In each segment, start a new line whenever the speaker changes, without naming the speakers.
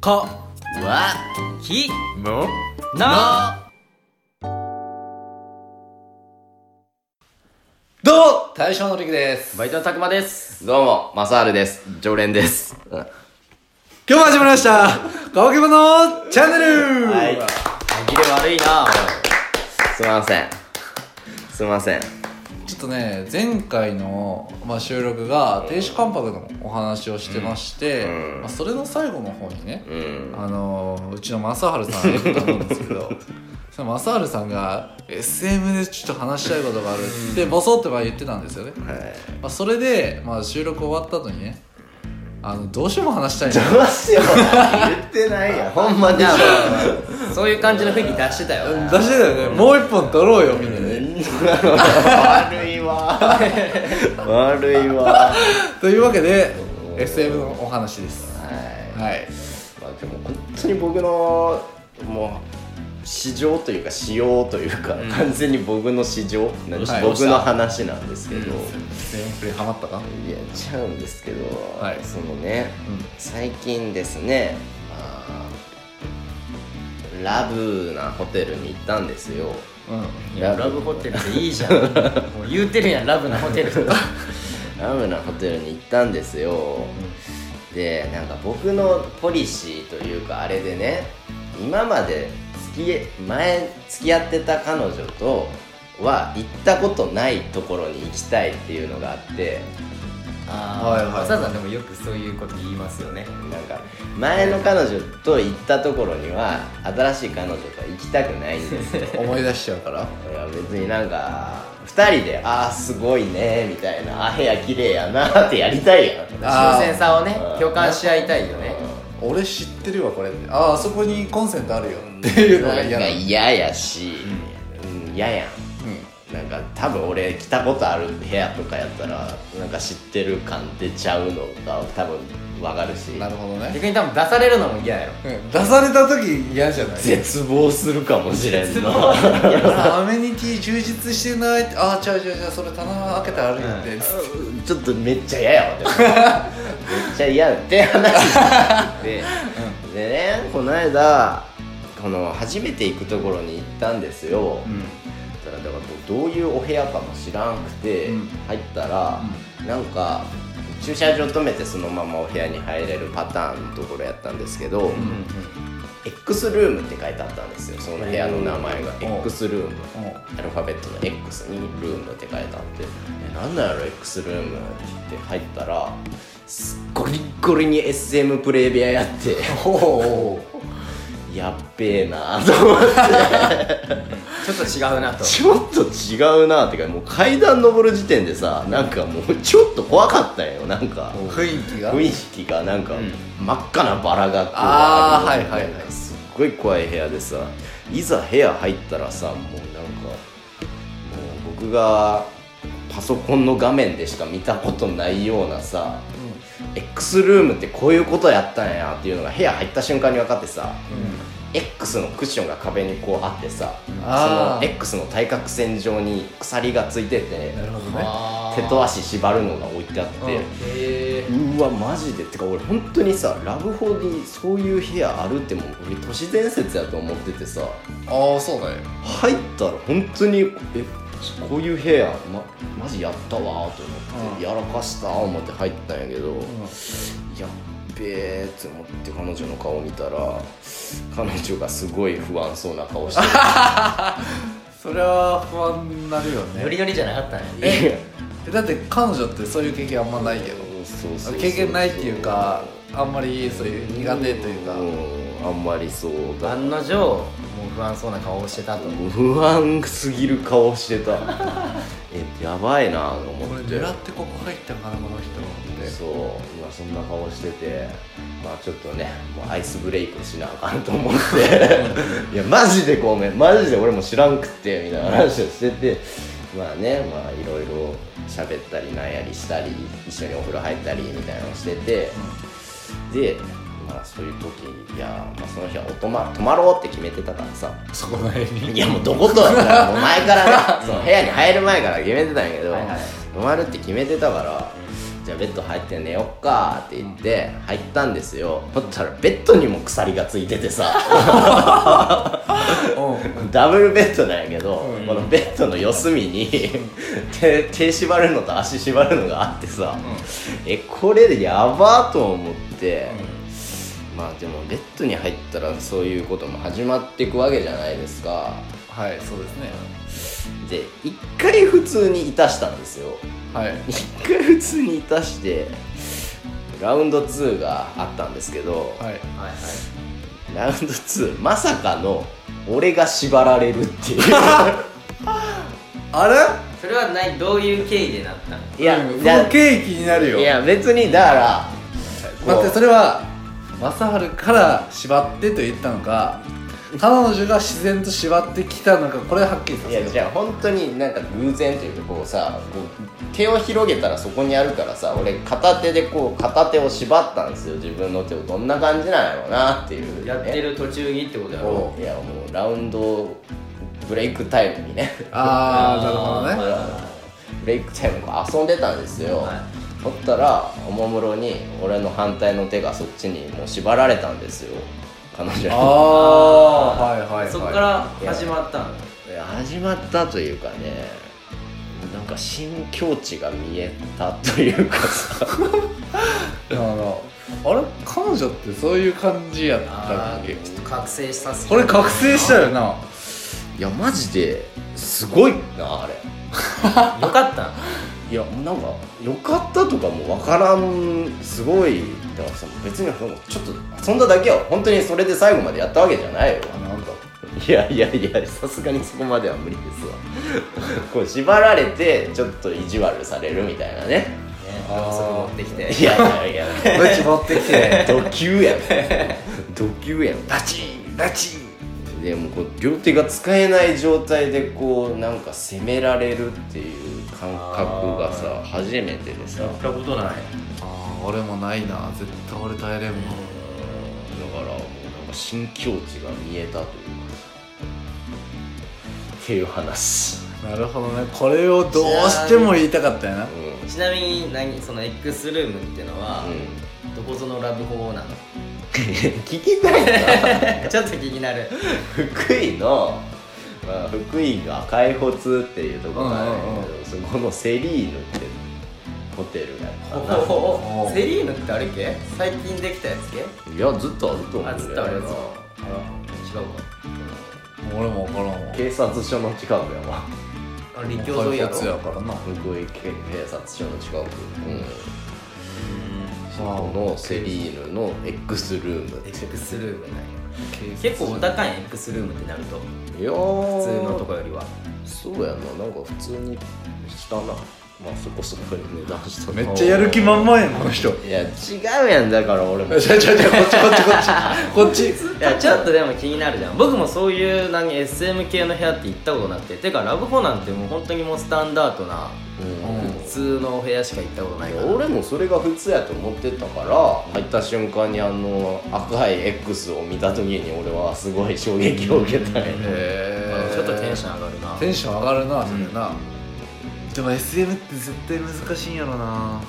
か
わ
き
も
な
どう大将のりくです
バイトのたくまです
どうもマサールです常連ですうん
今日も始まりました乾けばのチャンネル、
歯切れ悪いな
すいませんすいません
ちょっとね前回の、まあ、収録が亭主関白のお話をしてまして、まあ、それの最後の方にね、
うん
あのーうちの正治さんがいると思うんですけ どその正治さんが SM でちょっと話したいことがあるってボソッとは言ってたんですよね、
はい
まあ、それで、まあ、収録終わった後にねあのどうしても話したいな
どうしよう言ってないやほんまに
そういう感じの雰囲気出してたよ
出してたよねもう一本取ろうよみんなで、ね、
悪いわ悪いわ
というわけで SM のお話ですはい
まあ、でも本当に僕のもう市場というか仕様というか、完全に僕の市場、なんか
はい
僕の話なんですけど、
全員プレイハマったか
いやちゃうんですけど、
はい
そのね、
うん
最近ですねあーラブなホテルに行ったんですよ
う
いやラブホテルでいいじゃんもう言うてるやんラブなホテル
ラブなホテルに行ったんですよ、でなんか僕のポリシーというかあれでね今まで付き合前付き合ってた彼女とは行ったことないところに行きたいっていうのがあって
はい
あ
はい
あささんでもよくそういうこと言いますよね
なんか前の彼女と行ったところには新しい彼女とは行きたくないんですよ
ん思い出しちゃうから
いや別になんか2人で「ああすごいね」みたいな「あ部屋綺麗やな」ってやりたいやん
あー
新鮮さをね
うん
共感し合いたいよね
俺知ってるわこれああそこにコンセントあるよっていうのが
なん
嫌な
か
の
嫌やし、うん、嫌やんなんか多分俺来たことある部屋とかやったらなんか知ってる感出ちゃうのが多分わかるし
うんなるほどね
逆に多分出されるのも嫌やろ
うん出された時嫌じゃない
絶望するかもしれんの
アメニティ充実してないってああちゃうちゃうちゃうそれ棚開けてあるんで、
ちょっとめっちゃ嫌やわでもめっちゃ嫌やって話にで,、でねこの間この初めて行くところに行ったんですよ、だからだからどういうお部屋かも知らんくて、
うん
入ったら、なんか駐車場止めてそのままお部屋に入れるパターンのところやったんですけど、X ルームって書いてあったんですよその部屋の名前が
うん
X ルーム
うんうん
アルファベットの X にルームって書いてあって「えなんなんやろ X ルーム」って入ったらすゴリッゴリに SM プレイ部屋やって
おお
やっべえなと思って
ちょっと違うなと
ちょっと違うなってかもう階段登る時点でさなんかもうちょっと怖かったんよなんか
雰囲気が
雰囲気がなんか真っ赤なバラがこう
あー
ある
はいはいはい
すっごい怖い部屋でさいざ部屋入ったらさもうなんかもう僕がパソコンの画面でしか見たことないようなさ、X ルームってこういうことやったんやっていうのが部屋入った瞬間に分かってさ、X のクッションが壁にこうあってさそ
あ
の
ー
X の対角線上に鎖がついてて
なるほどね
あ
手と足縛るのが置いてあって、
へえ
うわマジでてか俺本当にさラブホにそういう部屋あるってもう俺都市伝説やと思っててさ
ああそうだよ
入ったら本当にえこういう部屋、ま、マジやったわーと思って、やらかしたー思って入ったんやけど、やっべーって思って彼女の顔見たら彼女がすごい不安そうな顔して
それは不安になるよ
ノリ
ね
ノリじゃなかったね
るい
だ
や
って彼女ってそういう経験あんまないけど
そうそうそう
経験ないっていうかあんまりそういう苦手というか
うんあんまりそうだ
案の定もう不安そうな顔をしてたと
もう不安すぎる顔してたえやばいなと
こ
思
れ
って
狙ってここ入ったんかなこの人って
そう今そんな顔しててまあちょっとねもうアイスブレイクしなあかんと思って いやマジでごめんマジで俺も知らんくってみたいな話をしててまあねまあいろいろ喋ったりなんやりしたり一緒にお風呂入ったりみたいなのをしてて、でまあそういう時にいや、まあ、その日はおと、ま、泊まろうって決めてたからさ
そこの辺に
いやもうどことはさも う前からねその部屋に入る前から決めてたんやけど、
はいはい
泊まるって決めてたから、じゃあベッド入って寝よっかって言って入ったんですよほったらベッドにも鎖がついてて さダブルベッドなんやけど、このベッドの四隅に手手縛るのと足縛るのがあってさ、えこれでやばと思って、まあでもベッドに入ったらそういうことも始まっていくわけじゃないですか
はいそうですね
で一回普通にいたしたんですよ
はい
一回普通にいたしてラウンド2があったんですけど、
はい
はい
ラウンド2まさかの俺が縛られるっていう
あれ
それはないどういう経緯でなったの
いや
うん
じゃ
不景気になるよ
いや別にだから
待って
こ
それは正治から縛ってと言ったのか彼女が自然と縛ってきたのかこれはっきりさ
うい
せ
や
よ
じゃあ本当になんか偶然というかこうさこう手を広げたらそこにあるからさ俺片手でこう片手を縛ったんですよ自分の手をどんな感じなんやろうなっていう、ね、
やってる途中にってことやろ
もういやもうラウンドブレイクタイムにね
ああなるほどね
ブレイクタイムこう遊んでたんですよ、
は
ほったらおもむろに俺の反対の手がそっちにもう縛られたんですよ彼女に
ああはいはいはい
そっから始まったの
いや始まったというかねなんか新境地が見えたというかさ
だからあれ彼女ってそういう感じやった
あ
っけ
ーちょっと覚醒したっすね
これ覚醒したよない
やマジですごいなあれ
よかった
いやなんかよかったとかもわからんすごいだからさ別にほんちょっと遊んだだけよ本当にそれで最後までやったわけじゃないよ
なんだ
いやいやいやさすがにそこまでは無理ですわこう縛られてちょっと意地悪されるみたいなね
ね
あー
ろうそく持ってきて
いやいやいや
こっち持ってきて
ド級やんド級やん
ダチンダチン
でもこう両手が使えない状態でこうなんか攻められるっていう感覚がさ初めてでさ
やったことない
ああ俺もないな絶対俺耐えれんもん
だからもうなんか新境地が見えたというかっていう話、
なるほどねこれをどうしても言いたかったよな
うんうん、
ちなみに何その X ルームってのは、どこぞのラブホなの
聞きたいな
ちょっと気になる
福井の、まあ、福井が開発っていうところがあるんだけど、そこのセリーヌってホテルやったな
おおセリーヌってあれっけ最近できたやつっけ
いやずっとあると思うんだよ
あ
な
ずっとあるやつあら違う
俺も分からんわ
警察署の近くやわ
かあ立教沿いやろ
開発やからな
福井警察署の近くうんそ
ああ
このセリーヌの X ルームっていう
X ルームなんや結構お高いん X ルームってなると普
いや普
通のとこよりは
そうやななんか普通にしたなまあそこそこに値段したな
めっちゃやる気満々やんこの 人
いや違うやんだから俺も
ちょちょちょこっちこっちこっちこっ
いやちょっとでも気になるじゃん僕もそういう何 SM 系の部屋って行ったことなくててかラブホなんてもう本当にもうスタンダードな
うん
普通のお部屋しか行ったことない
い
か
や
ら
俺もそれが普通やと思ってたから入った瞬間にあの赤い X を見た時に俺はすごい衝撃を受けたんや
ちへえ
ちょっとテンション上がるな
テンション上がるなそれな、でも SM って絶対難しいんやろな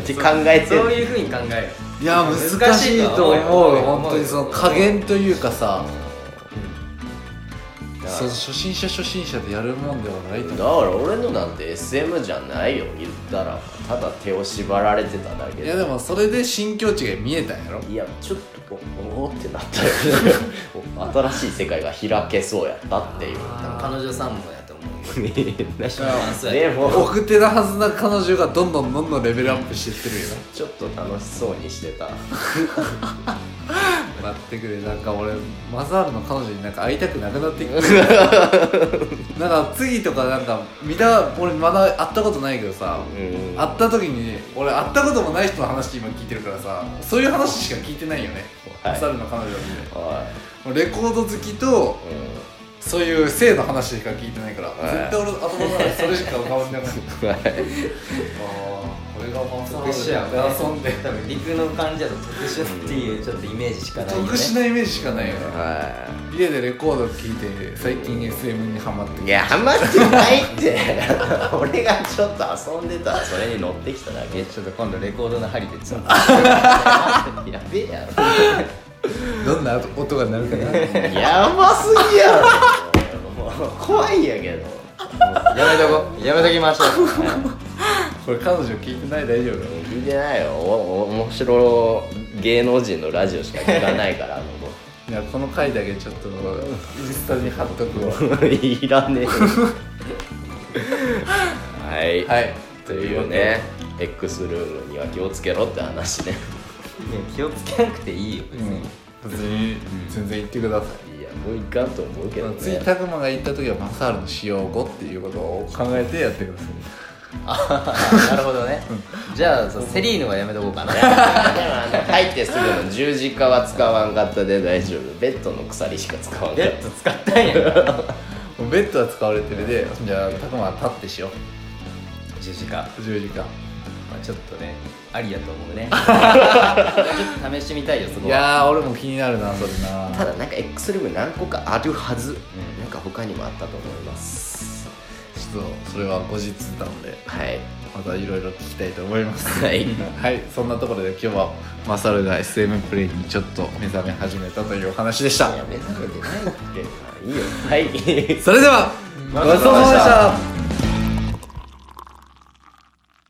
って考えて
そう
る
いうふうに考える
いや難しいと思うよ本当にその加減というかさその初心者初心者でやるもんではないと
だ
思う
から俺のなんて SM じゃないよ言ったらただ手を縛られてただけ
い
で
やでもそれで新境地が見えたんやろ
いやちょっとこうおおってな ったよお新しい世界が開けそうやったっていう
彼女さんもやと思う 一緒そう
で
や
も
奥手なはずな彼女がどんどんどんどんレベルアップしてってるよ
ちょっと楽しそうにしてた
な待ってくれなんか俺マザールの彼女になんか会いたくなくなってきて なんか次とかなんか見た俺まだ会ったことないけどさ、
うん
会った時に俺会ったこともない人の話今聞いてるからさそういう話しか聞いてないよね、
はい
猿の彼女って
は
もうレコード好きと
い、うん
そういう性の話しか聞いてないから、
はい
絶対俺頭の中でそれしか浮かばんなくなる
は
あ
い
あこ俺がマサ
特殊や
ハルさんと遊んで
多分陸の感じだと特殊っていうちょっとイメージしかないよね
特殊なイメージしかないよね
は
家でレコード聴いて最近 SM にハマって
いいやハマってないって 俺がちょっと遊んでたらそれに乗ってきただけ
えちょっと今度レコードの針でつ ん
やべえやろ
どんな音が鳴るかな
やばすぎやろ怖いんやけど
やめとこやめときましょう
これ彼女聞いてない大丈夫
聞いてないよおお面白芸能人のラジオしか聞かないからあの子
いやこの回だけちょっとインスタに貼っとくわ
いらねえはい、
はい
というね X ルームには気をつけろって話ね
いや気をつけなくていいよ
うん別に全然言ってください
いやもういかんと思うけどね
次タクマが行った時はマサールの使用後っていうことを考えてやってくださ
なるほどねじゃあそうセリーヌはやめとこうか な
でもあの入ってすぐの十字架は使わんかったで大丈夫ベッドの鎖しか使わんか
ベ
っ
ッド使ったんや から
いもうベッドは使われてるでじゃあタクマは立ってしよ
十字架
う十字架
まあちょっとねありやと思う ねちょっと試してみたいよそこ
い
は
やー俺も気になるなそれ
た
な
ただなんか X ルーム何個かあるはず、なんか他にもあったと思います
ちょっとそれは後日なので
はい
またいろいろ聞きたいと思います
はい
はい、そんなところで今日はマサルが SM プレイにちょっと目覚め始めたというお話でした
やめされてないってまあいいよはい
それではごちそうさまでした